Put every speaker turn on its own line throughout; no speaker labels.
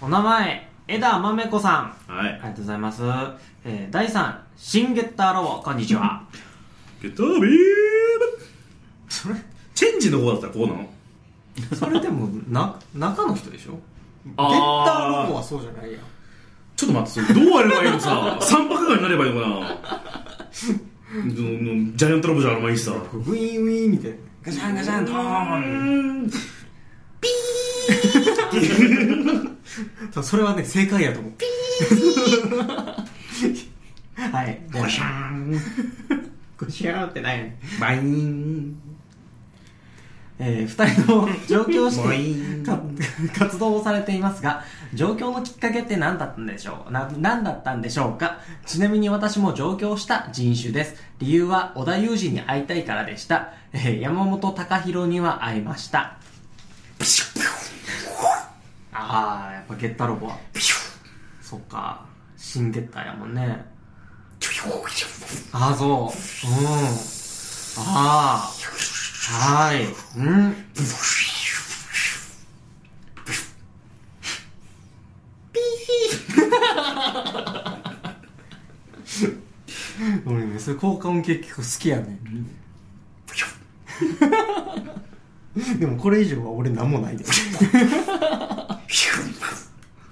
お名前、枝豆子さん。
は
あり
い。
がとうございます。えー、第3、新ゲッターロボ、こんにちは。
ゲットビーム
それ、
チェンジの方だったらこうなの
それでも、 な、中の人でしょ
あー
ゲッターロボはそうじゃないやん
ちょっと待って、それどうやればいいのさ、三拍眼になればいいのかなうんジャイアントロボじゃあるまいしさ。
こうウィーンウィーンみたいなガシャンガシャンドーン多分それはね正解やと思うピ ーはい
ゴシ ャン
ゴシャーンってないね
バイン
えー、二人とも上京し
もういい
てか活動をされていますが、上京のきっかけって何だったんでしょうな、何だったんでしょうかちなみに私も上京した人種です。理由は織田裕二に会いたいからでした。えー、山本隆弘には会いました。あー、やっぱゲッタロボは。そっか。新ゲッターやもんね。ああ、そう。うん。ああ。はーい。うん。
俺ねそれ効果音結構好きやねんでもこれ以上は俺何もないで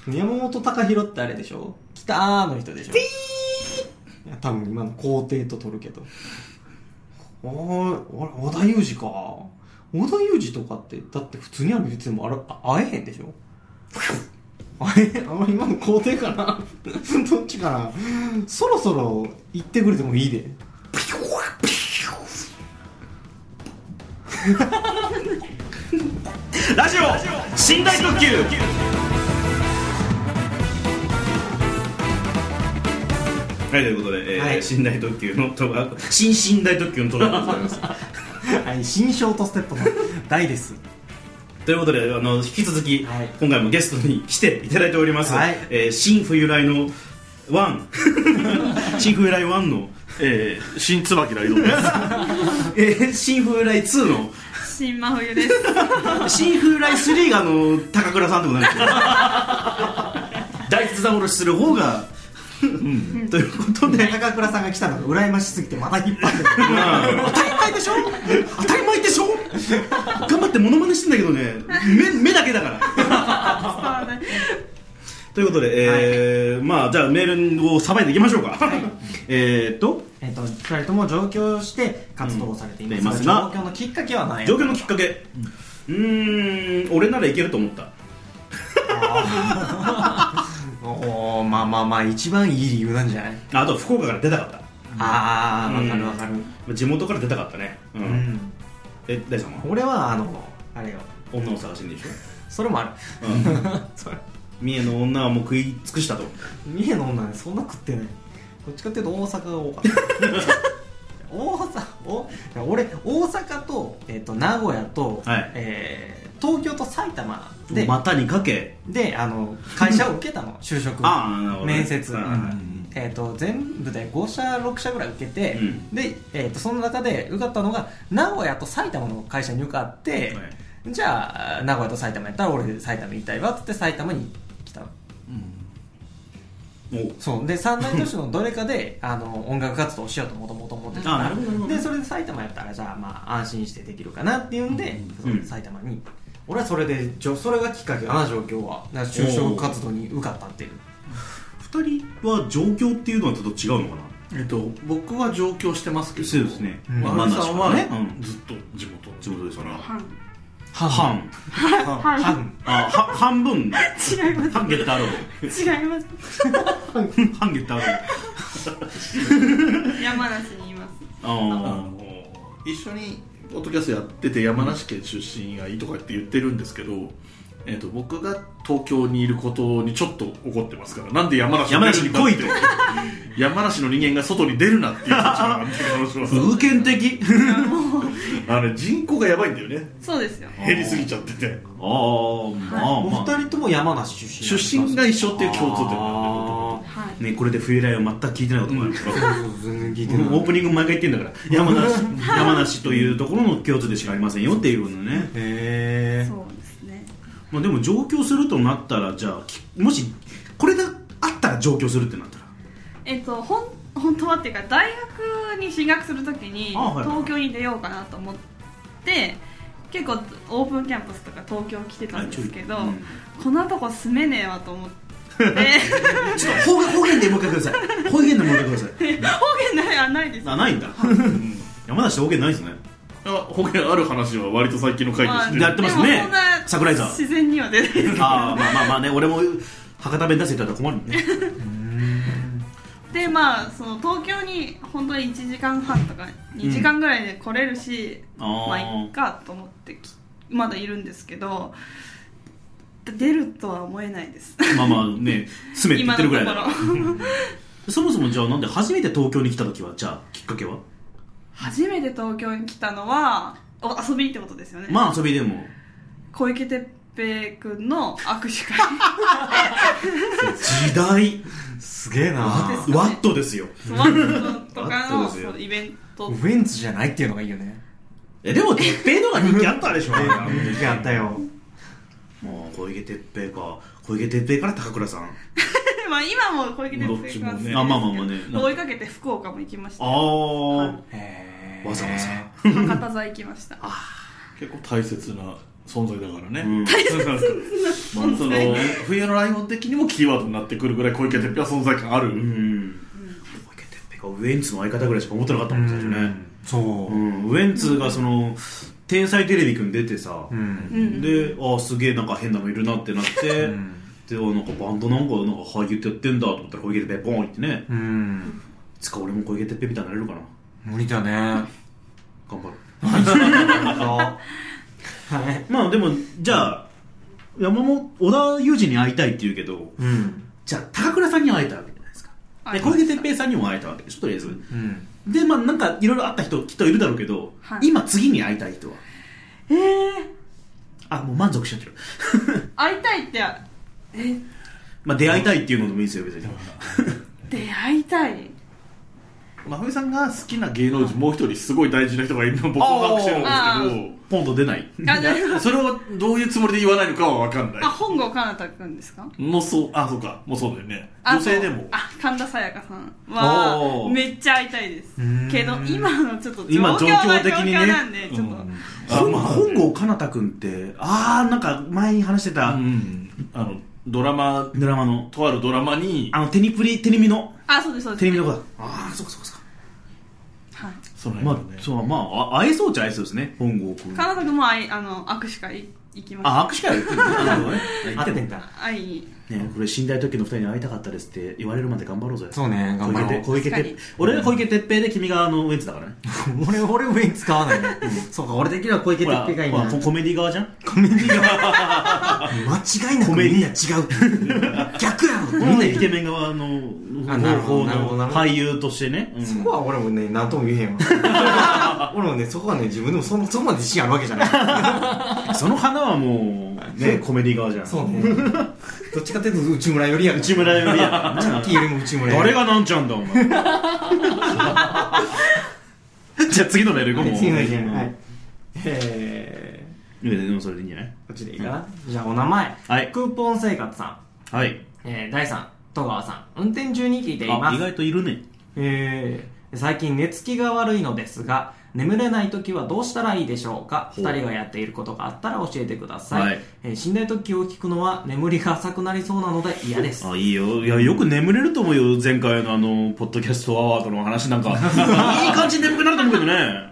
山本隆弘ってあれでしょ北の人でしょいや多分今の皇帝と取るけどあーあれ織田裕二か織田裕二とかってだって普通にある別にもあれあ会えへんでしょあれあの今の皇帝かな どっちかなそろそろ行ってくれてもいいで
ラジオ寝台特急はい、ということで、えー
はい
寝台特急の戸川、新寝台特急の戸川でございます。
はい新ショートステップの大です
ということであの引き続き、
はい
今回もゲストに来ていただいております、
はい
えー新冬来のワ ン新冬来ワンの、
えー、新椿ライドです。
えー新冬来2の
新真 冬です。
新風来3があの高倉さんでもないですよ 大仏さんおろしする方が、うん、ということで
高倉さんが来たのが羨ましすぎてまた引っ張ってる
まあ
当たり前でしょ
当たり前でしょ頑張ってモノマネしてんだけどね目目だけだからということで、えーまあじゃあメールをさばいていきましょうか、 えーっと
えっと2人とも上京して活動をされています,、
うんいますが
上京のきっかけはない
上京のきっかけうーん俺ならいけると思った
おー まあまあまあ一番いい理由なんじゃない
あと福岡から出たかっ
ああわか
う
る
ん
わかる
た地元から出たかったねうん、
うん、
え大さんは
俺はあのあれよ
女を探しにでしょ、
それもある
うん、
それ
三重の女はもう食い尽くしたと
三重の女ねそんな食ってないどっちかっていうと大阪が多 かった大阪おいや俺大阪と,、えっと名古屋と、
はい
えー東京と埼玉で、
たにかけ
であの会社を受け たの就職
ああなるほどね
面接、
はいはいはい
うんえっと全部で5社6社ぐらい受けて、
うん
で、えっとその中で受かったのが名古屋と埼玉の会社に受かって、
はい
じゃあ名古屋と埼玉やったら俺埼玉行きたいわっつって埼玉に来たの
お
そうで三大都市のどれかで あの音楽活動をしようともともと思ってた
あなるほどなるほど
でそれで埼玉やったらじゃあまあ安心してできるかなっていうんで、
うん
そう埼玉に俺はそれでじょそれがきっかけだな状況はだから就職活動に受かったっていう
二人は状況っていうのはちょっと違うのかな
えっと、僕は上京してますけど、
そうですね
ま
まあ
あ、さんは、
ね
ね
うん
ずっと地元。
地元ですから
半
半
半
あは半 分
違いま
半ゲッターロ
す。違います。
ー半ゲッターロー
山梨にいます。
ああ
あの一緒にポッドキャストやってて山梨県出身がいいとかって言ってるんですけど、えっと僕が東京にいることにちょっと怒ってますからなんで山梨
山梨に来 いと
山梨の人間が外に出るなっていう立場なんで
風景的
あの人口がやばいんだよね
そうですよ。
減りすぎちゃってて
ああまあ
お
まあ
二人とも山梨出身なんです
出
か
身が一緒っていう共通点なんだよ
あ
はい。
ね、これで冬来を全く聞いてないこともあるから、
ーそうそう全然聞いてな
オー
い
プニング毎回言ってんだから山 梨山梨というところの共通でしかありませんよっていうのね
へえ
そうですね。
まあ、でも上京するとなったらじゃあきもしこれがあったら上京するってなったら
えっとほん本当はっていうか大学に進学するときに
あはい
東京に出ようかなと思って結構オープンキャンパスとか東京来てたんですけど、
あちょいうん
こんなとこ住めねえわと 思って
ちょっと方方言でもう一回くださ い方言でもう一回ください
方言ないはないです
あないん だ、うん山梨って方言ないですね
あ保険ある話は割と最近の回でして
やっ
る
てますね
でもそんな
桜井さん
自然には出ないです
ああまあまあまあね俺も博多弁出せたら困るね
でまあその東京に本当に1時間半とか2時間ぐらいで来れるし、
あ ー
まあいっかと思ってきまだいるんですけど出るとは思えないです
まあまあ ね住めって言ってるぐらいだから
今のとこ ろ
そもそもじゃあなんで初めて東京に来た時はじゃあきっかけは
初めて東京に来たのはお遊びってことですよね、
まあ遊びでも
小池徹平君の握手会
時代
すげえ
ワ
な
ですね
ワットですよ
スワットとか
あ
の
そうですよ
そうイベント
ウェンツじゃないっていうのがいいよね
えでもてっぺいのが人気あったでしょ
いやあったよ
もう小池徹平か小池徹平から高倉さん
まあ今も小池徹
どっち
平君
も
は
ね
好きですけ
あまあまあまあね
ど追いかけて福岡も行きました
ああ、
へえ
わざわざ
博多座行きま した
結構大切な存在だからね、
うん
なんか まあその冬のライオン的にもキーワードになってくるぐらい小池徹平は存在感ある、
うん小池徹平かウエンツの相方ぐらいしか思ってなかったもん最初ね、、
そううん
ウエンツがその「天才テレビくん」出てさ、
うん
うん
でああすげえなんか変なのいるなってなって、
うん
であなんかバンドなんかなんか俳優ってやってんだと思ったら小池徹平ボーン行ってね
うん
いつか俺も小池徹平みたいになれるかな
無理だね
頑張る
はい
まあでもじゃあ山本小田裕二に会いたいって言うけど
うん
じゃあ高倉さんには会えたわけじゃないですか
は
で
い
小池徹平さんにも会えたわけでしょとりあえず
うん
でまあなんかいろいろ会った人きっといるだろうけど、
はい
今次に会いたい人は
えー、
あもう満足しちゃってる
会いたいってえ
まあ出会いたいっていうのでもいいですよ別に
出会いたい
真冬さんが好きな芸能人もう一人すごい大事な人がいるのを僕は把握してるんです
ポンと出ない
あで
けどそれはどういうつもりで言わないのかは分かんない
あ本郷奏多君ですか
もうそうあそうかもうそうだよね
あ
女性でも
あ神田沙也加さん
お
は
ー
めっちゃ会いたいです
ーん
けど今のちょっと状
今
況
状況
が
的
状
にね
況なんでちょっと、
あ
本
まあ
本郷奏多君ってああなんか前に話してた、
うんあのドラマ
ドラマの
とあるドラマに
あのテニプリテニミの
あそうですそうです
テニミの子だああそっかそっかそっか
はい
その
まあ
辺がね、
そうまああ会えそうっちゃ会えそうですね本郷君
奏多君もあいあの握手会行きました
あ握手会は言ってるなるほど ね
合ってんだ
会いに
ねこれ死んだ時の二人に会いたかったですって言われるまで頑張ろうぜ
そうね頑張ろう
小池
確か
徹
に
俺が小池徹平で君があのウエンツだからね
俺俺ウェンツ使わないねそうか俺的には小池
ほ
徹
ら
平がいい
ほらコ
な
コメディ側じゃん
コメディが間違いなくみんな違う逆やろ
みんなイケメン側の
あなるほど
方
なるほ
法
ど
の
なるほど
俳優としてねうん
そこは俺もね、なんとも言えへんわ。 俺もね、そこはね、自分でもそのそこまで自信あるわけじゃない。
その花はもうねコメディ側じゃん
そうね。どっちかっていうと、内村よりや
内村よりや
チャッキーよりも内村よ
誰
り。
がなんちゃんだお 前じゃあ次のメール行こうもう
次の意見
うん
はい。え
いやでもそれでいいんじゃない
ー、こっちでいいかな、じゃあお名前。
はい
クーポン生活さん。
はい
えー、第3、戸川さん。運転中に聞いていま
あ
す
意。外といるね
えー最近寝つきが悪いのですが眠れない時はどうしたらいいでしょうか
ほう
2人がやっていることがあったら教えてください、
はい
えー死んだ時を聞くのは眠りが浅くなりそうなので嫌です
あいいよいやよく眠れると思うよ前回のあのポッドキャストアワードの話なんか いい感じに眠くなると思うけどね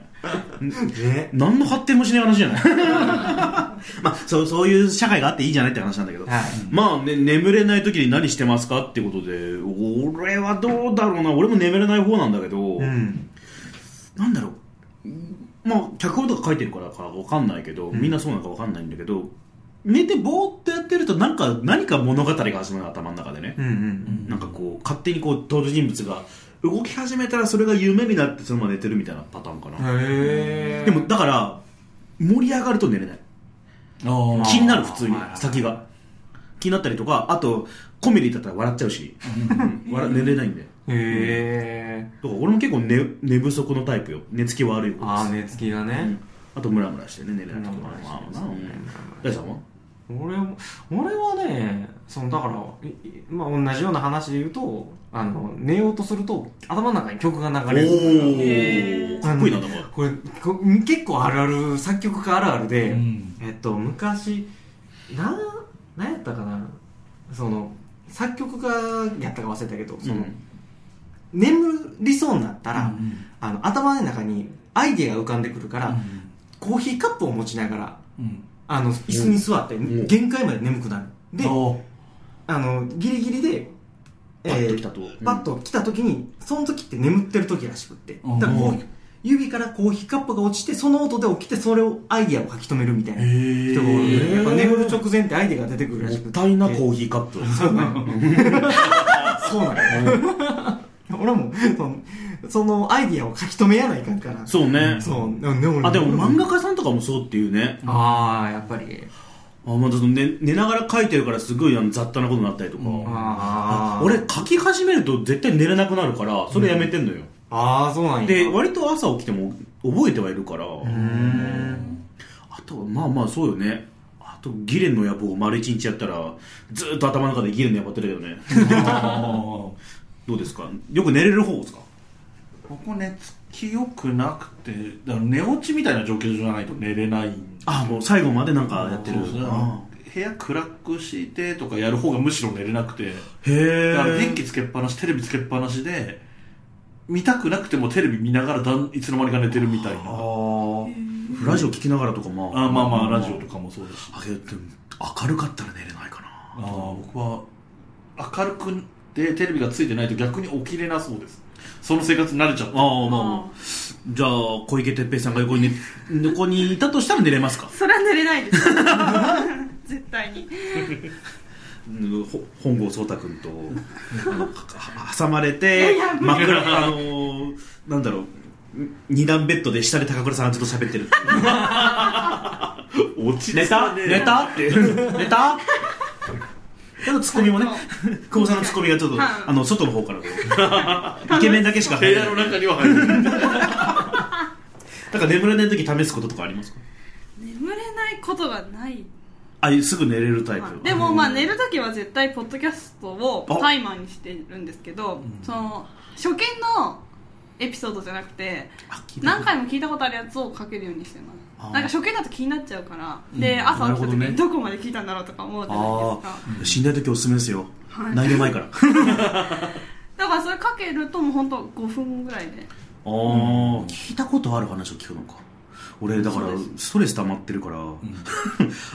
ね
何の発展もしない話じゃない まあそうそういう社会があっていいじゃないって話なんだけど、
はい
まあ、ね、眠れない時に何してますかってことで俺はどうだろうな俺も眠れない方なんだけど、
うん
なんだろうまあ脚本とか書いてるからかわかんないけど、みんなそうなのかわかんないんだけど寝てぼーっとやってるとなんか何か物語が始まる頭の中でね、
うんうん
なんかこう勝手にこう登場人物が動き始めたらそれが夢になってそのまま寝てるみたいなパターンかな、
へえ
でもだから盛り上がると寝れない
あ
気になる普通に
はいはいはい
先が気になったりとかあとコメディだったら笑っちゃうし、うん笑寝れないんで
へえ
だから俺も結構寝寝不足のタイプよ寝つき悪い方です
ああ寝つきが
う
ね
んあとムラムラしてね寝れないところ
ム
も
ラム
あ
ラして
る
ます
な
ね
うん大地さんは
俺も俺はねそのだから、いいまあ、同じような話で言うとあの寝ようとすると頭の中に曲が流れる
ー
おおかっこいいなだか
これこ結構あるある作曲家あるあるで、
うん
えっと昔な何やったかなその作曲家やったか忘れたけどその、眠りそうになったら、あの頭の中にアイデアが浮かんでくるから、コーヒーカップを持ちながらあの椅子に座って、
ん
限界まで眠くなるで
あー
あのギリギリで
パッと来たと
パッと来た時にその時って眠ってる時らしくって
うん
だからこう指からコーヒーカップが落ちてその音で起きてそれをアイディアを書き留めるみたいな人が多い
へー
やっぱ眠る直前ってアイディアが出てくるらしくて
もったいなコーヒーカップ
そうなのそうなの 俺もそのそのアイディアを書き留めやないかんから
そうね
そうでも
あでも漫
画
画家さんとかもそうっていうね
ああやっぱり
あまあちょっと寝寝ながら書いてるからすごいあの雑多なことになったりとか、
ああ
俺書き始めると絶対寝れなくなるからそれやめてんのよ、
ああそうなんや
で割と朝起きても覚えてはいるから
ん
あとはまあまあそうよねあとギレンの野望を丸一日やったらずーっと頭の中でギレンの野望やってるけどね どうですかよく寝れる方ですか
僕寝つきよくなくてだから寝落ちみたいな状況じゃないと寝れないん
あもう最後までなんかやってる
そうそう
あ
部屋暗くしてとかやる方がむしろ寝れなくて
ーへえ
だから電気つけっぱなしテレビつけっぱなしで見たくなくてもテレビ見ながらだんいつの間にか寝てるみたい
あ
な
ーラジオ聞きながらとかまあ
あまあまあラジオとかもそうですし
あけどでも明るかったら寝れないか
あ
な
ー僕は明るくてテレビがついてないと逆に起きれなそうですその生活に慣れちゃっ
あ
た
ーまあまあじゃあ小池徹平さんが横に寝横にいたとしたら寝れますか
それは寝れないです 絶対に
うんほ本郷颯太君とあのかか挟まれて
いや
真っ暗あのーなんだろうん二段ベッドで下で高倉さんがずっと喋ってる っていう
落ち
寝た寝たって寝たでもツッコミもね久保さんのツッコミがちょっと
はい
あの外の方からこう イケメンだけしか
部
入ら
屋
ない
の中には入る
だから眠れない時試すこととかありますか
眠れないことがない
あすぐ寝れるタイプ、
でもまあ寝るときは絶対ポッドキャストをタイマーにしてるんですけどその初見のエピソードじゃなくて
あ聞いた
何回も聞いたことあるやつをかけるようにしてます
あ
な
ー
んか初見だと気になっちゃうから
ん
で朝起
な
きた時
るほどね
にどこまで聞いたんだろうとか思うじゃないですか
あー死んだ時おすすめですよ、
はい
内容ないから
だからそれかけるともう本当5分ぐらい で
ああ、聞いたことある話を聞くのか俺だから
そうで
ストレス溜まってるから、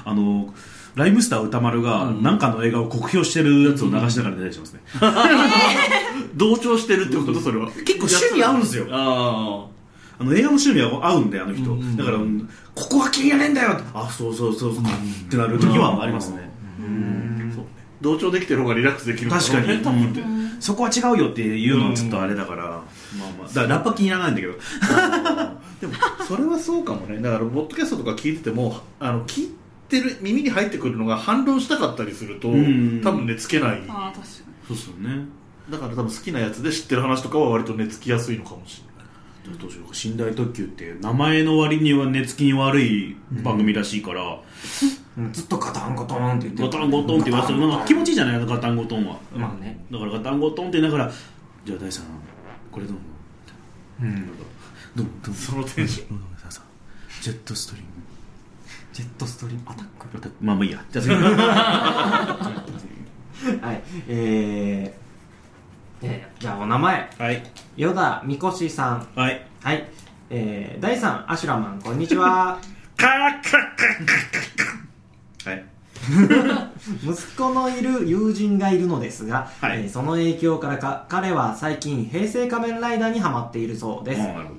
あのライムスター歌丸が何かの映画を酷評してるやつを流しながら寝たりしますね、
同調してるってことそれは
結構趣味合うんですよ
あ
あの映画の趣味は合うんだよあの人、だからうんここは気に入らねえんだよあそうそうそうそう、ってなる時はありますね、
あそうね同調できてる方がリラックスできる
確かに、
多分ね
そこは違うよっていうのはちょっとあれだから、まあまあだからラッパ気にならないんだけど
でもそれはそうかもねだからポッドキャストとか聞いててもあの聞いてる耳に入ってくるのが反論したかったりすると多
ん
分寝つけない
ああ確かに
そうっすよね
だから多分好きなやつで知ってる話とかは割と寝つきやすいのかもし
どうしようか寝台特急って名前の割には寝つきに悪い番組らしいから、
うんずっとガタンゴトンって言って
ガタンゴトンって言わせてなんか気持ちいいじゃないガタンゴトンは
まあね
だからガタンゴトンって言いながらじゃあ大さんこれどうも
うん
どうもどうも
れないそのテンション
どうも大さんジェットストリーム
ジェットストリームアタック
またまあまあいいやじゃあ次
はい、えー、えーじゃあお名前、
はい
ヨダミコシさん。
はい
はい、えー、第3、アシュラマン、こんにち は。
カラッカッカッカッカッはい
息子のいる友人がいるのですが、
はい
えーその影響からか、彼は最近、平成仮面ライダーにハマっているそうです。
ああなるほど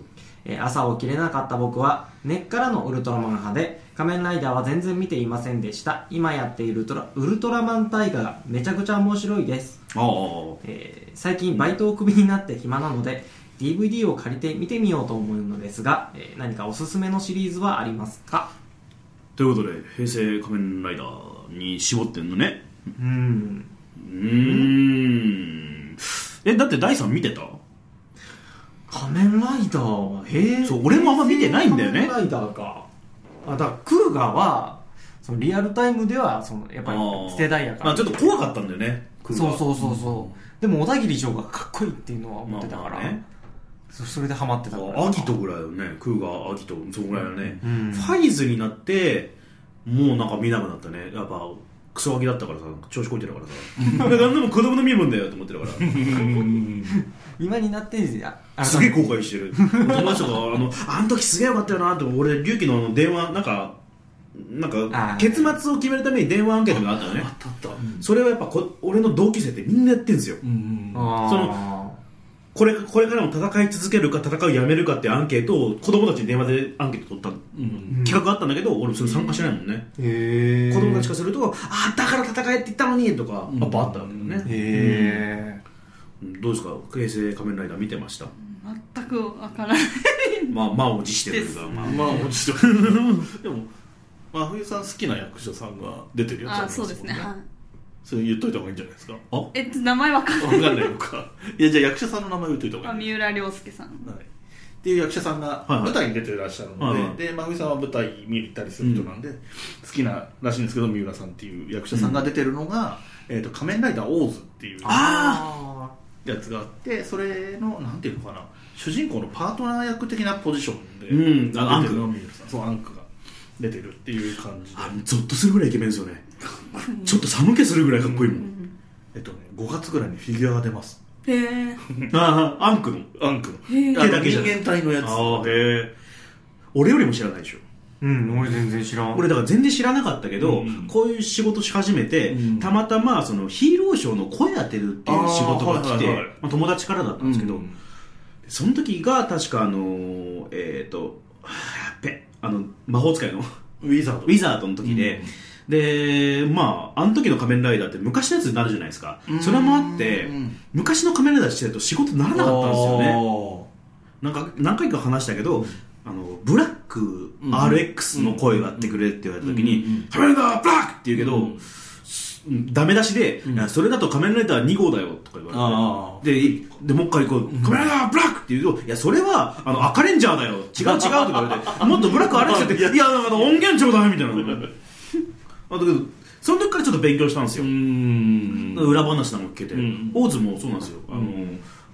えー朝起きれなかった僕は根っからのウルトラマン派で仮面ライダーは全然見ていませんでした今やっているウルトラウルトラマン大河がめちゃくちゃ面白いです、
ああ
えー最近バイトをクビになって暇なので DVD を借りて見てみようと思うのですが、えー何かおすすめのシリーズはありますか
ということで平成仮面ライダーに絞ってんのね
うん
うーんえだって大さん見てた
仮面ライダーはへえ
そう俺もあんま見てないんだよ
仮
ね
面ライダーかあだからクーガーは
そのリアルタイムではそのやっぱり世代やから
まあちょっと怖かったんだよね来るの
そう
が
そうそうそう、でも小田切城がかっこいいっていうのは思ってたから、
まあまあね
そそれでハマってたから
アギトぐらいだよねクーガーアギトそんぐらいだね、
うん
ファイズになってもうなんか見なくなったねやっぱクソガキだったからさ調子こいてたからさ 何でも子供の見るもんだよと思ってるから
今になってああ
すげえ後悔してる友達とかあのあの時すげえよかったよなって俺龍騎のあの電話なんかなん
あー
か結末を決めるために電話アンケートがあったのね
たあった
それはやっぱこ俺の同級生ってみんなやってるんですよ
うん
あー
そこれこれからも戦い続けるか戦いやめるかってアンケートを子供たちに電話でアンケート取った
うん
企画があったんだけど俺もそれ参加しないもんね
へえ
子供たちからすると「ああだから戦えって言ったのに」とか
うん
やっぱあったわけよ
へ
ね、
え、
うんどうですか平成仮面ライダー見てました
全くわからない
まあ満を持してというかまあ
まあ落ちて でも真冬さん好きな役者さんが出てるやつあり
あ
ます
そ
も
うんですねはい
それ言っといた方がいいんじゃないですかあわ
え名前わかんない
かんないのか いやじゃあ役者さんの名前言っといた方が
あ
いい
三浦涼介さん
はい、っていう役者さんが
はいはい
舞台に出てらっしゃるので、
はいはい
で真冬さんは舞台見に行ったりする人なんで、好きならしいんですけど三浦さんっていう役者さんが出てるのが「えー、と仮面ライダーオーズ」っていう
あ
やつがあってそれのなんていうのかな主人公のパートナー役的なポジションで
うんあの
出てるのが三浦さんそうアンクが出てるっていう感じで
あのゾッとするぐらいイケメンですよねちょっと寒気するぐらいかっこいいもん、
えっとね5月ぐらいにフィギュアが出ます
へえ
ああアンクの
アンクの
へー
あの
手だけじゃ
人
ない
間体のやつ
ああへえ俺よりも知らないでしょ
うん俺全然知らん
俺だから全然知らなかったけど、
うんうん
こういう仕事し始めて、
うん
たまたまそのヒーローショーの声当てるっていう仕事が来て
あーはいはいはい
まあ、友達からだったんですけど、
うん
その時が確かあのーえっ、とはぁやっべあの魔法使いの
ウィザード
ウィザードの時で、でまああの時の仮面ライダーって昔のやつになるじゃないですか、それもあって、
うん
昔の仮面ライダーしてると仕事にならなかったんですよね
ね
なんか何回か話したけど、あのブラック RX の声をやってくれって言われた時
うんうんうん
に「仮面ライダーブラック!」って言うけど、
うん
ダメ出しで、
ん
いやそれだと仮面ライダー2号だよ」とか言わ
あ
れてででもう一回こう「仮面ライダーブラック!」って言うと「いやそれはあの赤レンジャーだよ違う違う」とか言われて 「もっとブラック RX って「いやいやあの音源ちょうだい」みたいなあだけどその時からちょっと勉強したんですよ、
うん
裏話なんか聞けて、
うん
オーズもそうなんですよ、あの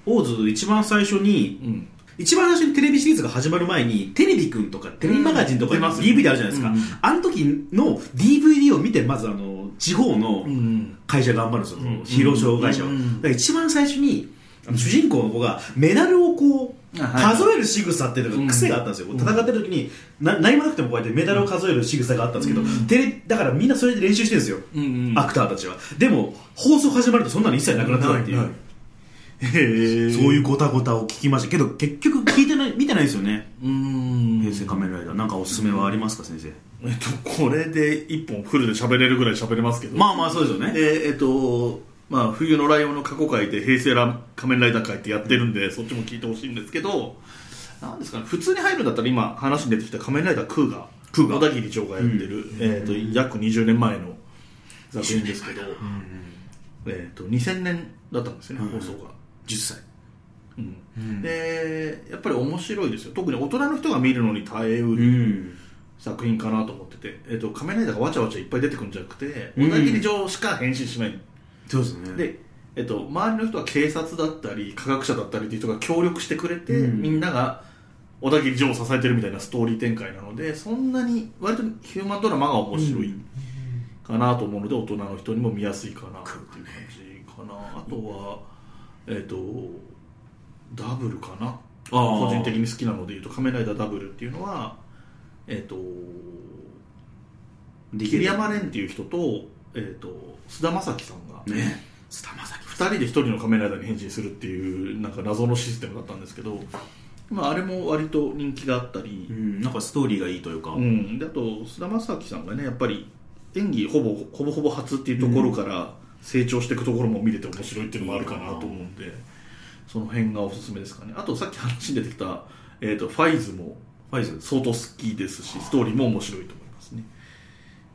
オーズ一番最初に
うん
一番最初にテレビシリーズが始まる前にテレビくんとかテレビマガジンとか
うん出ます
DVD あるじゃないですか、
うんうん
あの時の DVD を見てまずあの地方の
うん
会社頑張るんですよ、その
うん
ヒーローショー会社は、
うん
だから一番最初にあの主人公の子がメダルをこう
あはい
数える仕草っていうのが癖があったんですよ、戦ってる時にな何もなくてもこうやってメダルを数える仕草があったんですけど、テレビだからみんなそれで練習してるんですよ、
うん
アクターたちはでも放送始まるとそんなの一切なくなってたっていう
ないない
へえそういうごたごたを聞きましたけど結局聞いてない見てないですよね
うん
平成仮面ライダーなんかおすすめはありますか先生
えっとこれで一本フルで喋れるぐらい喋れますけど
まあまあそうですよね
でえっとまあ冬のライオンの過去回で平成ラ仮面ライダー会ってやってるんでそっちも聞いてほしいんですけどなんですかね普通に入るんだったら今話に出てきた仮面ライダークーガ
クーガ
小田切長がやってる、えっと約20年前の作品ですけど、えっと2000年だったんですよね、
うん
放送が。
10歳
うん
うん
でやっぱり面白いですよ特に大人の人が見るのに耐えう
う
る
ん
作品かなと思ってて、えっと仮面ライダーがわちゃわちゃいっぱい出てくるんじゃなくて
うん
小田切城しか変身しない、
そうですね
で、えっと周りの人は警察だったり科学者だったりっていう人が協力してくれて、
うん
みんなが小田切城を支えてるみたいなストーリー展開なのでそんなに割とヒューマンドラマが面白いかなと思うので、大人の人にも見やすいかなっていう感じかなあとはえっ、とダブルかな
あー
個人的に好きなので言うと「仮面ライダーダブル」っていうのはえっ、と桐山蓮っていう人と,、えー、と須田将暉さんが
ね菅田将暉
2人で1人の仮面ライダーに変身するっていうなんか謎のシステムだったんですけど、まあ、あれも割と人気があったり
う、んなんかストーリーがいいというか、
うん、であと菅田将暉さんがねやっぱり演技ほぼほぼほぼ初っていうところから成長していくところも見れて面白いっていうのもあるかなと思うんでその辺がおすすめですかねあとさっき話に出てきた、えー、とファイズも
ファイズ
相当好きですしストーリーも面白いと思いますね、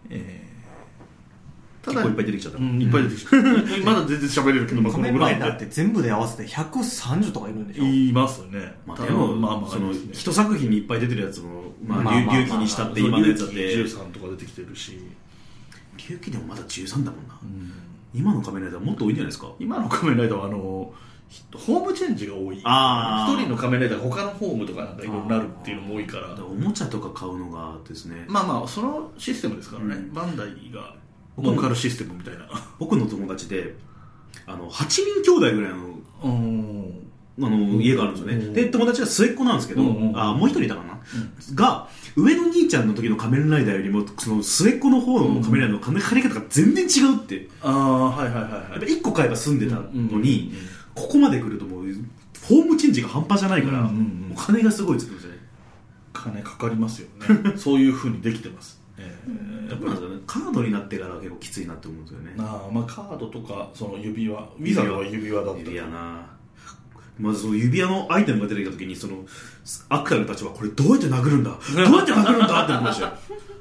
えー、た
結
だ
構いっぱい出てきちゃった、
うん、いっぱい出てきた、 まだ全然喋れるけど、まあ、こ
仮面
のぐ
ラ
ら
イ
い
ダーって
で
全部で合わせて130とかいるんでしょ
言いますね
まあ、でも、
まあまあ
その
ですね
一作品にいっぱい出てるやつも、まあ、
まあまあまあ
隆起にしたって今のやつだって
13とか出てきてるし
龍騎でもまだ13だもんな今の仮面ライダーもっと多いんじゃないですか
今の仮面ライダーはあのひホームチェンジが多い
あー
一人の仮面ライダーが他のホームとかなんかいろいろなるっていうのも多いから
だからおもちゃとか買うのがですね、
まあまあそのシステムですからね、
うん
バンダイが儲かるシステムみたいな
僕の友達であの8人兄弟ぐらいの
うん
あの家があるんですよね、
うん
で友達は末っ子なんですけど、
うんうん
あもう一人いたかな、が上の兄ちゃんの時の仮面ライダーよりもその末っ子の方の仮面ライダーの金の借り方が全然違うってや
ああはいはいはいは
っぱ
い
1個買えば済んでたのに、
うんうん
ここまで来るともうホームチェンジが半端じゃないから、
うんうんうん
お金がすごいつくんですよね
金かかりますよ ねそういうふうにできてます、えー
やっぱなんですよねカードになってからは結構きついなって思うんですよね
あーまあカードとかその指輪ウィザードは指輪だった
指輪なまずその指輪のアイテムが出てきた時にそのアクタルたちはこれどうやって殴るんだどうやって殴るんだって思いましたよ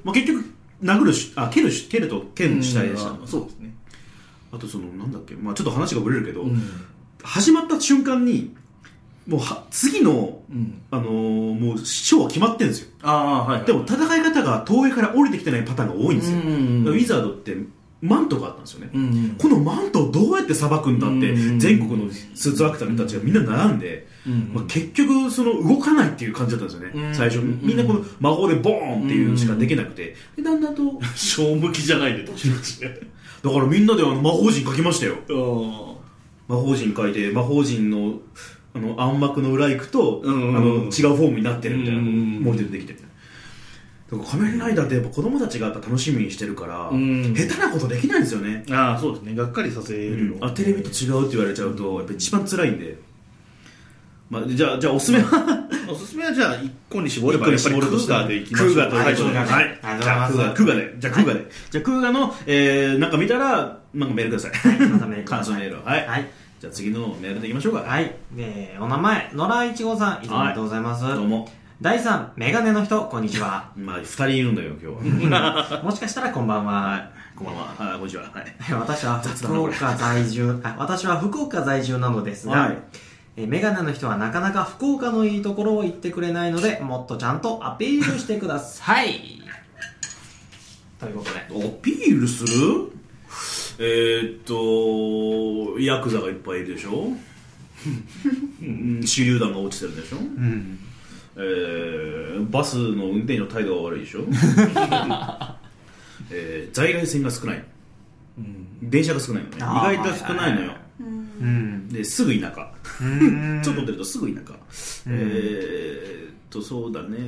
まあ結局殴るしあ蹴るし蹴ると
うん
剣主体でした、
そうですね、
あとそのなんだっけ、まあ、ちょっと話がぶれるけど、
うん
始まった瞬間にもうは次の、
うん、
あのーもう師匠は決まってるんですよ
ああーはい、はい、
でも戦い方が峠から降りてきてないパターンが多いんですよ、
うんうんう
ウ
ん
ィザードってマントがあったんですよね、
うんうん
このマントをどうやってさばくんだって
うん
全国のスーツアクターの人たちがみんな悩んで、
うん
まあ、結局その動かないっていう感じだったんですよね、
うん
最初みんなこの魔法でボーンっていうしかできなくて、でだんだんと
小向きじゃないで年々ね
だからみんなであの魔法陣書きましたよ
うん
魔法陣書いて魔法陣のあの暗幕の裏行くと、
うんうんうん
あの違うフォームになってるみたいな
うんうんうん
モデルできてるみたいな。だから仮面ライダーってやっぱ子供たちがやっぱ楽しみにしてるから、
うん
下手なことできないんですよね
ああそうですねがっかりさせるの、
あテレビと違うって言われちゃうとやっぱ一番辛いんで、まあ、じゃあじゃあおすすめは
おすすめはじゃあ1個に絞れば
一個
や
に絞
っぱりク
るとし
ー
たら
ガーでいきまし
ク
ょう
ーガーと
はい
はいそうですねはい
ありがとうご
じ
ざい
ゃ
ま
あ
す
クーガークーガーでじゃあクーガーでじゃあクーガーの、えー、なんか見たらなんかメールください
またメールください
感想メールをはい、
はい
じゃあ次のメールでいきましょうか
はいい。えーお名前、野良いちごさん、いつもありがとうございます。
どうも。
第3、メガネの人、こんにちは
まあ二人いるんだよ今日 は
もしかしたらこんばんは。
こんばんははいこんにちははい
私は
雑だな
福岡在住、あ私は福岡在住なのですが、
はい
えーメガネの人はなかなか福岡のいいところを言ってくれないので、もっとちゃんとアピールしてくださ い。ということで。
アピールするえー、っとヤクザがいっぱいいるでし ょうん手榴弾が落ちてるでしょ、えーバスの運転手の態度が悪い でしょ、えー在来線が少ない、電車が少ないのね意
あー
外と少ないのよ、
うん。
ですぐ田 舎
ん
ちょっと出るとすぐ田舎、えー、っとそうだね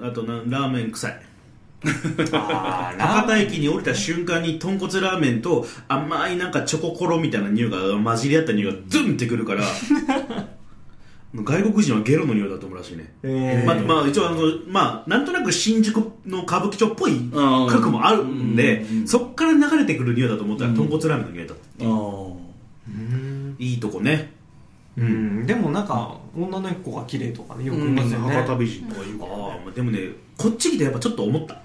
あとなラーメン臭い
あー
博多駅に降りた瞬間に豚骨ラーメンと甘いなんかチョココロみたいな匂いが混じり合った匂いがズンってくるから 外国人はゲロの匂いだと思うらしいね、
えー
まあ、まあ一応あの、まあ、なんとなく新宿の歌舞伎町っぽい
ん
過去もあるんで、
うん
そっから流れてくる匂いだと思ったら豚骨ラーメンの匂いだった、
あー
いいとこね
うん、でもなんか、女の子が綺麗とかね、よく言いますよね。
博多美人とか言う
あ
からね
あでもねこっち来てやっぱちょっと思った、
う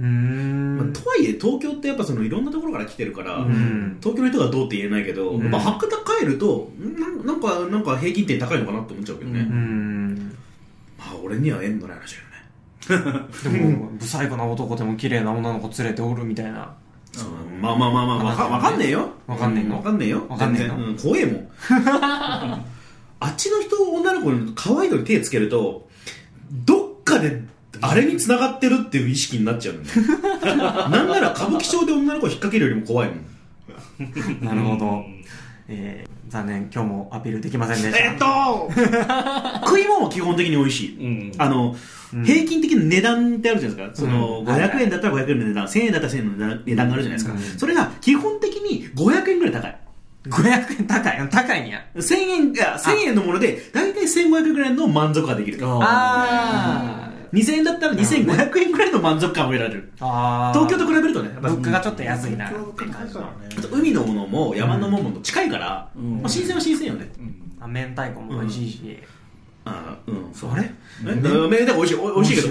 ーん。
まあ、とはいえ東京ってやっぱそのいろんなところから来てるから、
ん
東京の人がどうって言えないけど、
ん
まあ、博多帰るとなんなんかなんか平均点高いのかなって思っちゃうけどね、
う
ま
ん。
あ俺には縁のない話だよね
でも、不細工な男でも綺麗な女の子連れておるみたいな。
そうまあまあまあまあわかわかんねえよ
わかんねえの
うわかんねえよ
わかんねえの
全然うん怖えも んあっちの人女の子に可愛いのに手つけるとどっかであれに繋がってるっていう意識になっちゃ うのねなんなら歌舞伎町で女の子引っ掛けるよりも怖いもん
なるほど。えー、残念、今日もアピールできませんでした。
えっと食い物は基本的に美味しい、
うん
あの、平均的な値段ってあるじゃないですかその、
うん
500円だったら500円の値段1000円だったら1000円の値段があるじゃないですか、
うん
それが基本的に500円ぐらい高い
500円高い高いんや。
1000円が1000円のもので大体1500円ぐらいの満足ができる
あ
2000円だったら2500円ぐらいの満足感を得られる
ー。あー。
東京と比べるとねやっぱ
物価がちょっと安いな。
あと海のものも山のものも近いから、
うん
まあ、新鮮は新鮮よね、
あ明太子も美味しいし。
あーうんそう
あれ
えだから明太子美味しいお美味しいけど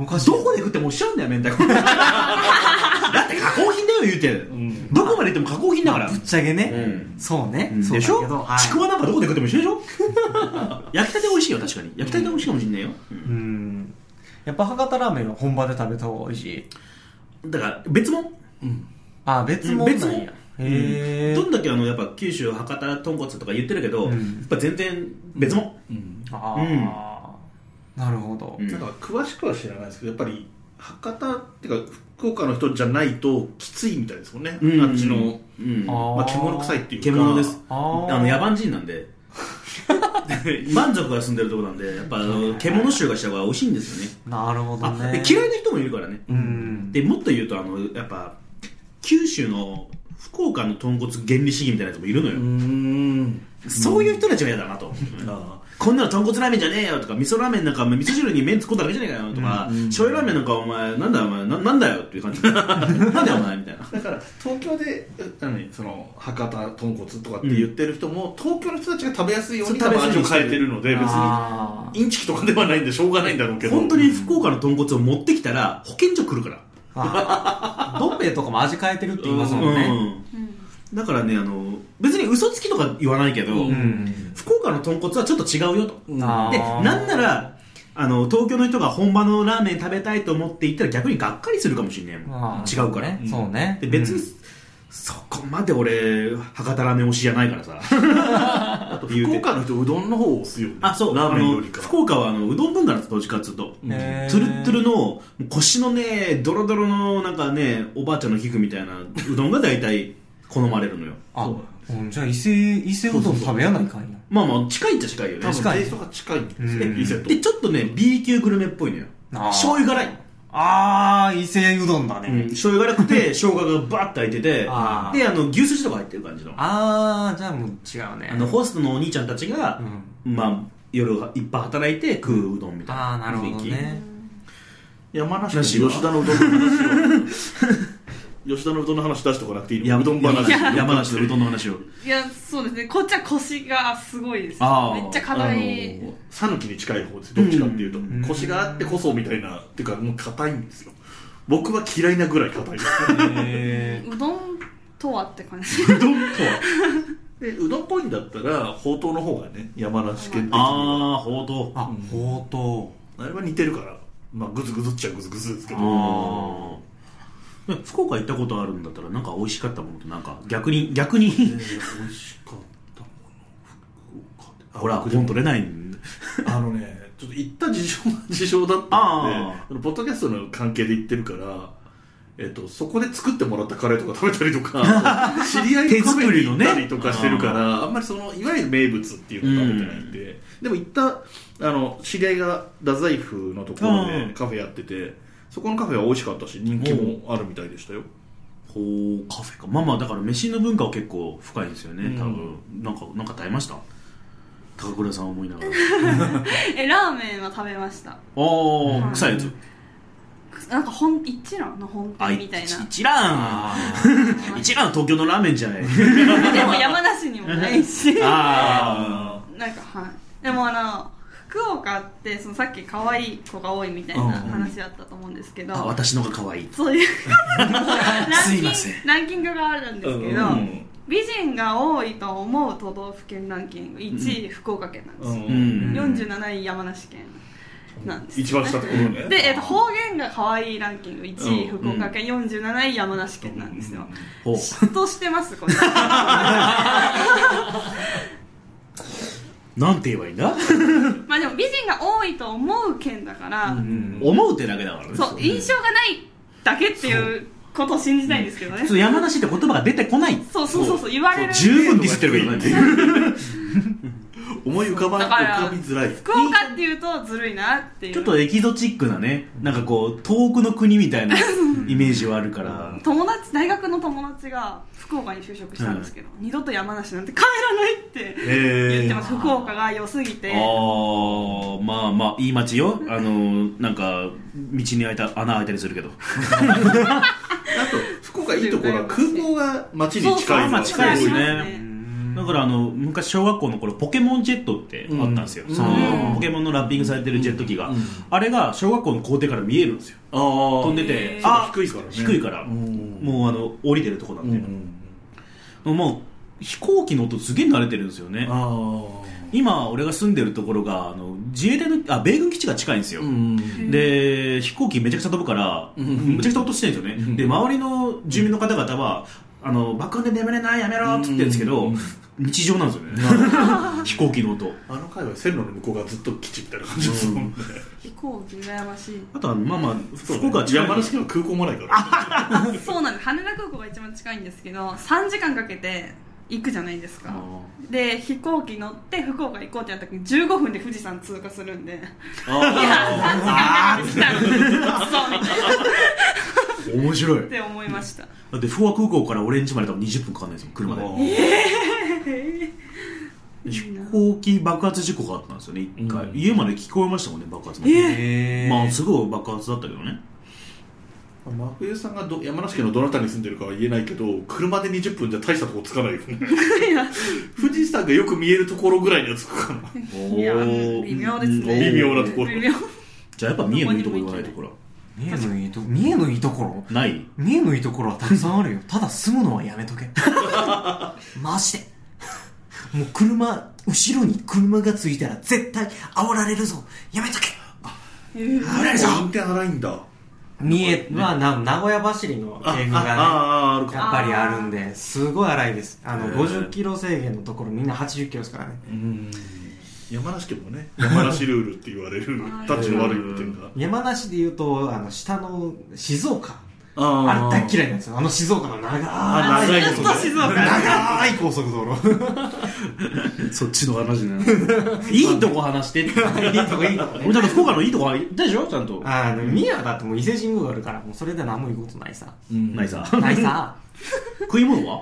おかしい。
どこで食ってもおっしゃるんだよ、明太子。だって加工品だよ、言うて。
ん
どこまで行っても加工品だから。
ぶっちゃけね。
うん
そうね。
うん
そうだ
でし
け
ょ、
ど、はい
ちくわなんかどこで食っても一緒でしょ焼きたて美味しいよ、確かに。焼きたて美味しいかもしんないよ。
うん。やっぱ博多ラーメンは本場で食べた方が美味しい。
だから別物
あ、別物
別
な
物
んや。へ
ど
ー
んだけあのやっぱ九州博多豚骨とか言ってるけど、
うん
やっぱ全然別物、
うん
ああ、なるほど。
うん
なんか詳しくは知らないですけどやっぱり博多っていうか福岡の人じゃないときついみたいですもんね、
うん
あっちの、
うん
あー
まあ、獣臭いっていうか
獣です
あ
あの野蛮人なんで蛮族が住んでるとこなんでやっぱあの獣臭がした方が美味しいんですよね
あ、なるほど
あで
ね。
嫌いな人もいるからね、
うん。
でもっと言うとあのやっぱ九州の福岡の豚骨原理主義みたいなやつもいるのよ、
うん
そういう人たちは嫌だなと思うこんなの豚骨ラーメンじゃねえよとか味噌ラーメンなんかお前味噌汁に麺突っ込んだだけじゃねえかよとか、醤油ラーメンなんかお前なんだよお前ななんだよっていう感じなんだよお前みたいな
だから東京で何その博多豚骨とかって言ってる人も、東京の人たちが食べやすいように
そう
多
食
分
べやすい
味
よう
を
に
変えてるので別に
あ
インチキとかではないんでしょうがないんだろうけど
本当に福岡の豚骨を持ってきたら保健所来るから
あ。どん兵衛とかも味変えてるって言いますもん
う
ね。
んだからねあの別に嘘つきとか言わないけど、
うん。
福岡の豚骨はちょっと違うよと
あー
でなんならあの東京の人が本場のラーメン食べたいと思って行ったら逆にがっかりするかもしれないも
ま
ん
あ
違うから、
ね。そうね。
で別に、
うん
そこまで俺博多ラーメン推しじゃないからさ
あと福岡の人うどんの方を押すよね
あそう
ラーメンよ
あ
り
の
か
福岡はあのうどん文化なんですどっちかっつうと
へー
つるッつるの腰のねドロドロのなんかねおばあちゃんの皮膚みたいなうどんが大体好まれるのよ
あ、うんじゃあ伊勢、伊勢うどん食べやないかんや。
まあまあ近いっちゃ近いよね
多分
近い
テイストが近いんです
うん
ね伊勢と
でちょっとね B 級グルメっぽいのよ
あー
醤油辛い
あー、伊勢うどんだ
うん
ね。
醤油辛 くて生姜がバーッと入っててで
あ
あ
ー
の牛すじとか入ってる感じのあ
あー、じゃあもう違うね。
のホストのお兄ちゃんたちが
う、ん。
まあ夜いっぱい働いて食ううどんみたい
あー、な
な
るほ
雰囲
ど
気、
ね。
山梨
な
の
しは
吉田のうどんの 話を吉田のうどんの話出してこなくていいのうどん話
山梨のうどんの話を
いやそうですねこっちは腰がすごいですめ
あー
っちゃ硬い
あの
讃岐に近い方ですどっちかっていうと、
ん
腰があってこそみたいなっていうかもう硬いんですよ僕は嫌いなぐらい硬い です
え
うどんとはって感じ
うどんとはでうどんっぽいんだったらほうとうの方がね山梨県的には
ああほうとう
ー、あ、ほうと
あれは似てるからまあグズグズっちゃグズグズですけど
あーえ福岡行ったことあるんだったらなんか美味しかったものってなんか逆に逆に
えー美味しかったもの福岡で
ほら本取れないんで
あのね、ちょっと行った事情が事情だったんで
あ、
そのポッドキャストの関係で行ってるから、えっと、そこで作ってもらったカレーとか食べたり とか、知り合いのカフェに行ったりとかしてるか
手作り
ら、あんまりその、いわゆる名物っていうのを食べてないんで、でも行った、あの、知り合いが太宰府のところ
う
で
ん
カフェやってて、そこのカフェは美味しかったし、人気もあるみたいでしたよ。
ほうカフェかまあまあだから飯の文化は結構深いですよね多分、なんかなんか耐えました高倉さん思いながら
えラーメンは食べました
おー、
うん
臭いやつ
なんか本一蘭の本
あ
店
い
みたいな
一蘭一蘭は東京のラーメンじゃない
でも山梨にもないし
あ
なんかはいでもあの福岡ってそのさっき可愛い子が多いみたいな話だったと思うんですけ
ー
ど、
あ私のが可愛い
そういうラン
す
キ
い
ング
ません
ランキングがあるんですけ
う
ど、
ん
美人が多いと思う都道府県ランキング1位福岡県なんですよ、
うん
47位山梨県なんですよ
一番下ってことね。
で、えっと方言が可愛いランキング1位
うん
福岡県、47位山梨県なんですよ、
ほう
嫉妬してますこれ
なんて言えばいいんだ
まあでも美人が多いと思う県だから、
思うってだけだからね
そう印象がないだけっていうことを信じたいんですけどね、
そう山梨って言葉が出てこない
そうそうそうそう言われる
十分ディスってるけどね
思い浮かば
だから
浮かびづらい。
福岡っていうとずるいなっていう
ちょっとエキゾチックなねなんかこう遠くの国みたいなイメージはあるから、
友達大学の友達が福岡に就職したんですけど、二度と山梨なんて帰らないって言ってます、福岡が良すぎて
ああまあまあいい街よあのなんか道に開いた穴開いたりするけど
あと福岡いいところは空港が街に近いのが
そうそうまあ近いですね
ありま
だからあの昔小学校の頃ポケモンジェットってあったんですよ、
うん
その
うん
ポケモンのラッピングされてるジェット機が、あれが小学校の校庭から見えるんですよ
あー
飛んでて
へー
あ
低いからね
低いから
うん
もうあの降りてるとこなんで、
ん
もう飛行機の音すげえ慣れてるんですよね
ああ
今俺が住んでるところがあの自衛隊のあ米軍基地が近いんですよ、
うん
で飛行機めちゃくちゃ飛ぶから、
ん
めちゃくちゃ音してるんですよね、
うん
で周りの住民の方々はあの爆音で眠れないやめろって言ってるんですけど、
うん
日常なんですよね飛行機の音
あの界隈線路の向こうがずっと基地みたいな感じですもんね
飛行機羨ましい
あとはまあまあ
そう
福
ね
岡は近い
山梨県は空港もないから
あそうなんです羽田空港が一番近いんですけど3時間かけて行くじゃないですかで飛行機乗って福岡行こうってやった時に15分で富士山通過するんでいや3時間かけて来たのに そうみたいな
面白い
って思いました
だって福岡空港からオレンジまで多分20分かかんないですよ車で飛行機爆発事故があったんですよね一回、
うん
家まで聞こえましたもんね爆発の、
え
まあすごい爆発だったけどね
真冬さんがど山梨県のどなたに住んでるかは言えないけど車で20分じゃ大したとこつかないよね
いや
富士山がよく見えるところぐらいにはつくかない
や
おー
微妙ですね
微妙なところ
微妙
じゃあやっぱ三重のいいとこ言わないところは
三重のいいと三重のいいところ
ない
三重のいいところはたくさん あるよただ住むのはやめとけ マジでもう車後ろに車がついたら絶対煽られるぞやめとけ
あれじゃ運転荒いんだ
三重はな名古屋走りの
あ
映画がね
あある
や
か
っぱりあるんですごい荒いですあの
へー
50キロ制限のところみんな80キロですからね
うん山梨県もね山梨ルールって言われるタッチの悪い運転が
山梨でいうとあの下の静岡
あ
あれ大嫌いなんですよあの静岡の長
あ
い
長い
ずっと静岡
長い高速道路
そっちの話ね いいとこ話してっ
い
て
いとこいいとこね
俺なんか福岡のいいとこは行ったでしょちゃんと
あの宮はだってもう伊勢神宮があるからもうそれで何も言うことないさ
うん
ないさ
ないさ
食い物は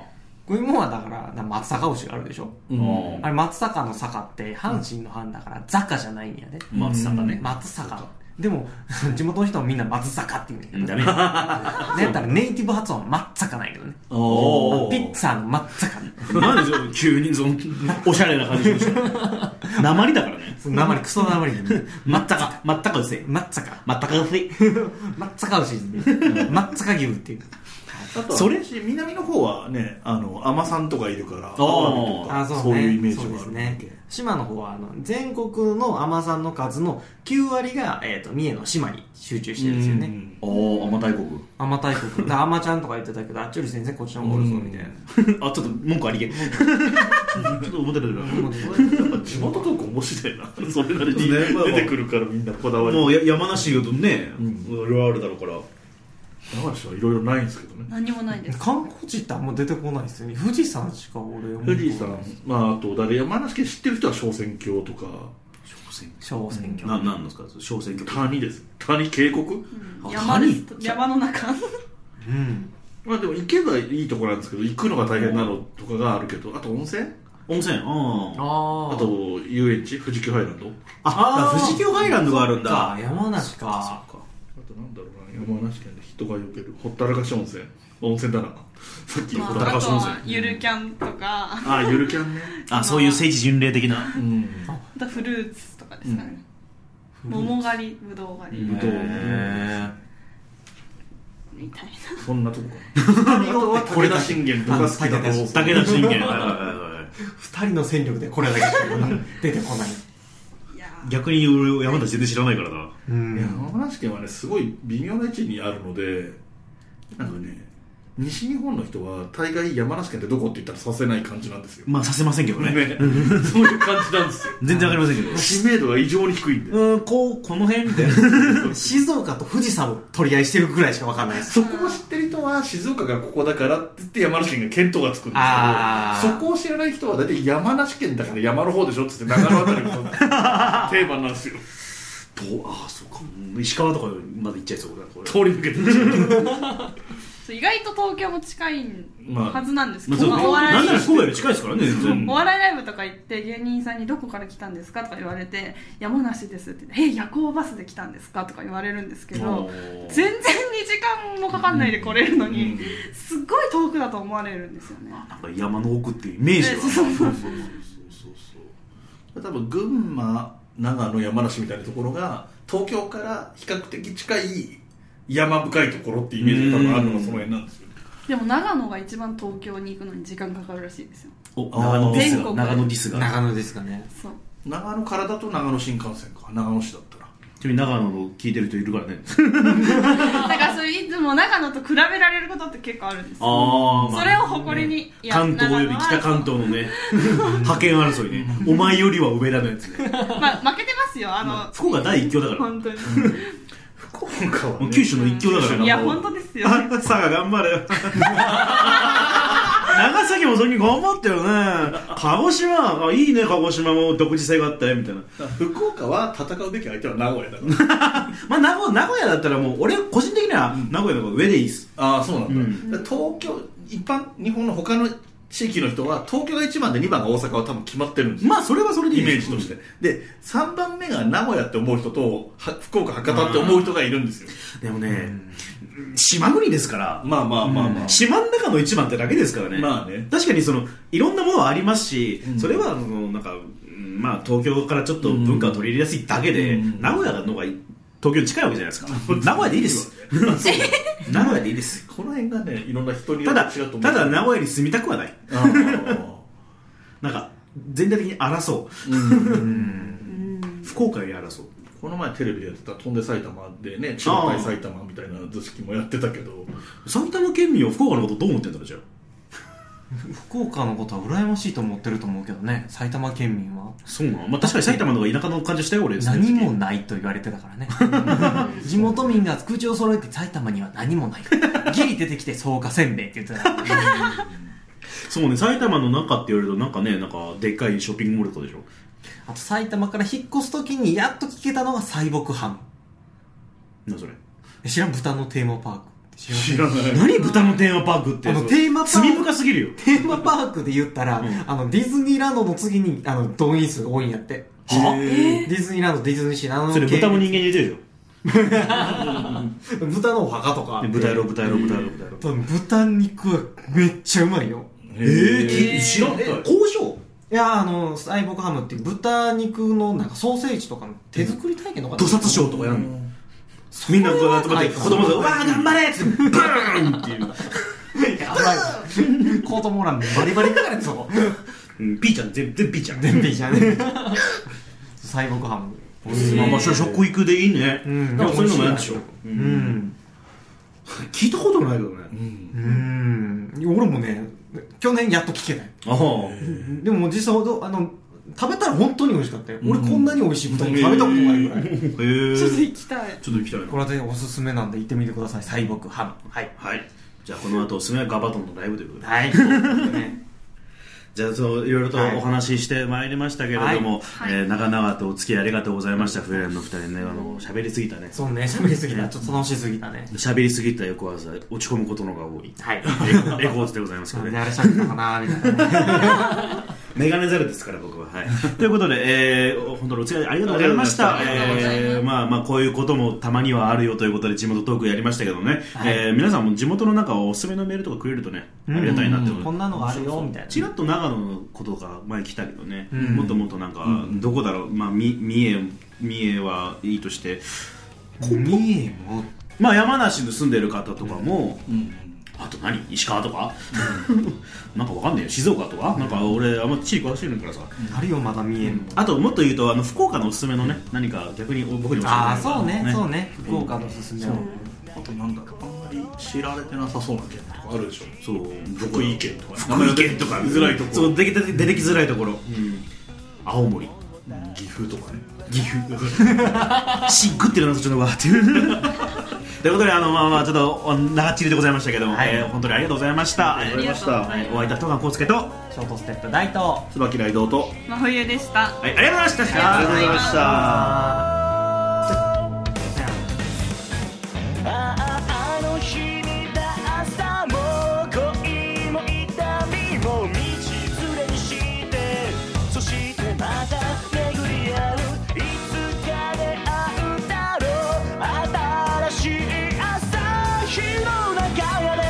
こういうもんはだからだから松阪牛があるでしょ
うん
あ
あれ松阪の坂って阪神の阪だから坂じゃないんやで
松阪ね
松坂でも 地元の人はみんな松坂って言うんやけど
ダメな
だったらネイティブ発音は松坂なんやけどね
おー
ピッツァの松坂ね
んでしょ急にそのおしゃれな感じ にして鉛だからね
その鉛クソの鉛で
全く全くですね
松坂
全くですね
松阪牛松阪牛っていう
あとは
それ
南の方はねあの海女さんとかいるから
ー
奄美とか
あそうね
そういうイメージ
そうで
があ
す
る
ね島の方はあの全国の海女さんの数の9割が、えー、と三重の島に集中してるんですよね
おお天大国
海女大国だから海女ちゃんとか言ってたけどあっちより全然こっちの方がおるぞみたいな
あちょっと文句ありげちょっと思ってたけど
もうね
やっぱ地元トーク面白いな それなりに
ねまあ
出てくるからみんなこだわり
もうや山梨言うとね
うん
いろいろあるだろうから
山梨はいろいろないんですけどね
何もないです
観光地ってあんま出てこないですよね富士山しか俺
富士山まああと誰山梨県知ってる人は昇仙峡とか
小選
小選挙
挙ななんですか小選挙
谷です谷渓谷
あ
山です山の中
うん
まあでも行けばいいところなんですけど行くのが大変なのとかがあるけどあと温泉
温泉うん
あ
あと遊園地富士急ハイランド
あ
あー
富士急ハイランドがあるん
か
だ
山梨か
あとなんだろうな山梨県で人がよけるほったらかし温泉温泉だな さっきのほったら
あ
か
と
し温泉
はゆるキャンとか
ああゆるキャンね
あそういう聖地巡礼的な
うん
あとフルーツとかですかね桃狩りぶどう狩り
ぶどう
へ
みたいな
そんなとこか
は
なこれだ信玄とか好きだと思う
ー武田信玄
二人の戦力でこれだけしか出てこない
いや
逆に俺山梨全然知らないからな
うん
いや山梨県はねすごい微妙な位置にあるのでなんかね西日本の人は大概山梨県ってどこって言ったらさせない感じなんですよ、
まあさせませんけどね
ね、そういう感じなんですよ
全然わかりませんけど
知名度が異常に低いんで
うんこうこの辺みたいな
静岡と富士山を取り合いしてるぐらいしかわかんないです
そこを知ってる人は静岡がここだからって言って山梨県が見当がつくん
あ
ですけ
ー
どそこを知らない人は大体山梨県だから山の方でしょっつって長野あたりの定番なんですよ
とあそうか石川とかまで行っちゃいそうだこれ
通り抜けてるんですよ
そう意外と東京も近い
まあ
はずなんですけ
まあ
ど、
そう
まあお
なんな
笑
ら
い
福岡より近いですからね全然
お笑いライブとか行って芸人さんに「どこから来たんですか?」とか言われて「山梨です」って「え夜行バスで来たんですか?」とか言われるんですけど全然2時間もかかんないで来れるのに、すっごい遠くだと思われるんですよね
なんか山の奥っていうイメージが
そうそう
そうそうそうそう多分群馬長野山梨みたいなところが東京から比較的近い山深いところっていうイメージが多分あるのがその辺なんですよ
でも長野が一番東京に行くのに時間かかるらしいですよ
お長野ディス
全
が
国
長野ディスが
長野ですかね
そう
長野からだと長野新幹線か長野市だったら
ちなみに長野の聞いてる人いるからね
だからそれいつも長野と比べられることって結構あるんですよ
あーまあ
それを誇りにいや
関東および北関東のね覇権争いねお前よりは上だのやつね
まあ負けてますよあの、
福岡第一強だから
本当に
福岡は、
もう
ね、
九州の一強だから
いや
もう
本 当ですよ
あんた佐賀頑張れよ 長崎もそれに頑張ったよね鹿児島あいいね鹿児島も独自性があってみたいな
福岡は戦うべき相手は名古屋だから
まあ名古名古屋だったらもう俺個人的には名古屋の方が上でいいっす
ああそうなんだ、
うん
だから東京一般日本の他の地域の人は東京が1番で2番が大阪は多分決まってるんですよ
まあそれはそれでいい
イメージとして、で3番目が名古屋って思う人とは福岡博多って思う人がいるんですよ
でもね、島国ですから、
まあまあまあまあ、
島の中の一番ってだけですからね、
まあね
確かにそのいろんなものはありますし、
うん
それはそのなんか、うんまあ、東京からちょっと文化を取り入れやすいだけで、
うん
名古屋の方がい東京に近いわけじゃないですか、名古屋でいいです、名古屋でいいです、
この辺がねいろんな人によ
た
って
だ、
違うと思
た
う
だ名古屋に住みたくはない、
あー
なんか全体的に争う、
うん
うん
福岡より争う、
この前テレビでやってた「飛んで埼玉」でね「千葉対埼玉」みたいな図式もやってたけど
埼玉県民は福岡のことどう思ってんだろう、じゃあ、
福岡のことは羨ましいと思ってると思うけどね埼玉県民は
そうなの、まあ、確かに埼玉の方が田舎の感じしたよ、俺、
何もないと言われてたからね 地元民が口を揃えて埼玉には何もないギリ出てきて草加せんべいって言ってたから ね
そうね、埼玉の中って言われると、なんかね、なんか、でっかいショッピングモールとかでしょ。
あと埼玉から引っ越す時にやっと聞けたのが西北ハム
なそれ。
知らん豚のテーマパーク知らん
知らない
何豚のテーマパークって。
あの テーマパーク
罪深すぎるよ。
テーマパークで言ったら、あの、ディズニーランドの次に、あの、動員数が多いんやって。
は
ディズニーランド、ディズニーシー、あの、
それ豚も人間に入れてるよ。
豚のお墓とか。
ね豚野郎、豚野郎、豚野郎、豚野郎。
豚肉はめっちゃうまいよ。
え
えー
知らん
えー
交渉
いや、あの、サイボーグハムっていう豚肉のなんかソーセージとかの手作り体験とか。
屠殺ショーとかやんの。みんなこう集まって、子供が、うわー、頑張れっつって、バーンっていう。
やばい。子供らバリバリ食われてそう。
うん、ピーちゃん、全然ピーちゃん。
全然いいじゃね。サイボーグハム。
まあまあ、それ食育でいいね。
うん
でもそういうのもやるでしょ。う
うんん。
聞いたことないけどね。
うん
うん。俺もね、去年やっと聞けたよ。
ああ。
でも実際ほどあの食べたら本当に美味しかったよ、
うん
俺こんなに美味しい豚肉食べたことないぐらい、
へえ。
ちょっと
ち
行きたい
ょっと行きたいな
こ。れでおすすめなんで行ってみてください西北ハムはい
はい。じゃあこの後おすすめはガバトンのライブということで。
はい、
じゃあそういろいろと
はい
お話ししてまいりましたけれども、
はい
え
は
ー長々とお付き合いありがとうございました。フレームの二人ね、あの、喋りすぎたね。
そうね喋りすぎたちょっと楽しすぎたね
喋りすぎた翌朝、落ち込むことの方が 多い。
はい
レコーズでございますけ
な
ど
んであ
ね。
れ喋ったかなみた いなね
メガネザルですから僕は。はい。ということで、えー、本当にお付き合いありがとうございました。
あり
がとうございました
えーまあまあこういうこともたまにはあるよということで地元トークやりましたけどね、
はい
えー皆さんも地元の中をおすすめのメールとかくれるとね、ありがたいなって思います
こんなのがあるよみたいな
ちらっと長野のことが前来たけどね、
うん
もっともっとなんか、どこだろう、まあ、み三重三重はいいとして、
三重も
まあ、山梨に住んでる方とかも、
うん
あと何石川とか、 なんかわかんないよ静岡とか、なんか俺あんま地理詳しいのからさ、
あるよまだ三重も、
あともっと言うとあの福岡のおすすめのね何か逆に僕にも
ああそうねそうね福岡のおすすめを
あとなんだろうあんまり知られてなさそうな県とかあるでしょ
そう
福井県とか
福井県とか
出てきづらいとこ
そう出てき出てきづらいところ、青森
岐阜とかね
岐阜シックってるなそっちの方がっていうということであのまあまあちょっとお長っちりでございましたけども、えー本当にありがとうございましたあり
がとうございました
お会いいた戸川浩介と、はい、
ショートステップ大東
椿雷道と
真冬でした
ありがとうございました
ありがとうございました
ああの日にだ朝も恋も痛みも道連れにしてそしてまた巡り合ういつか出会うだろう新しい朝日の中やで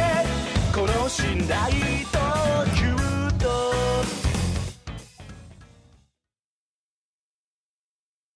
この信頼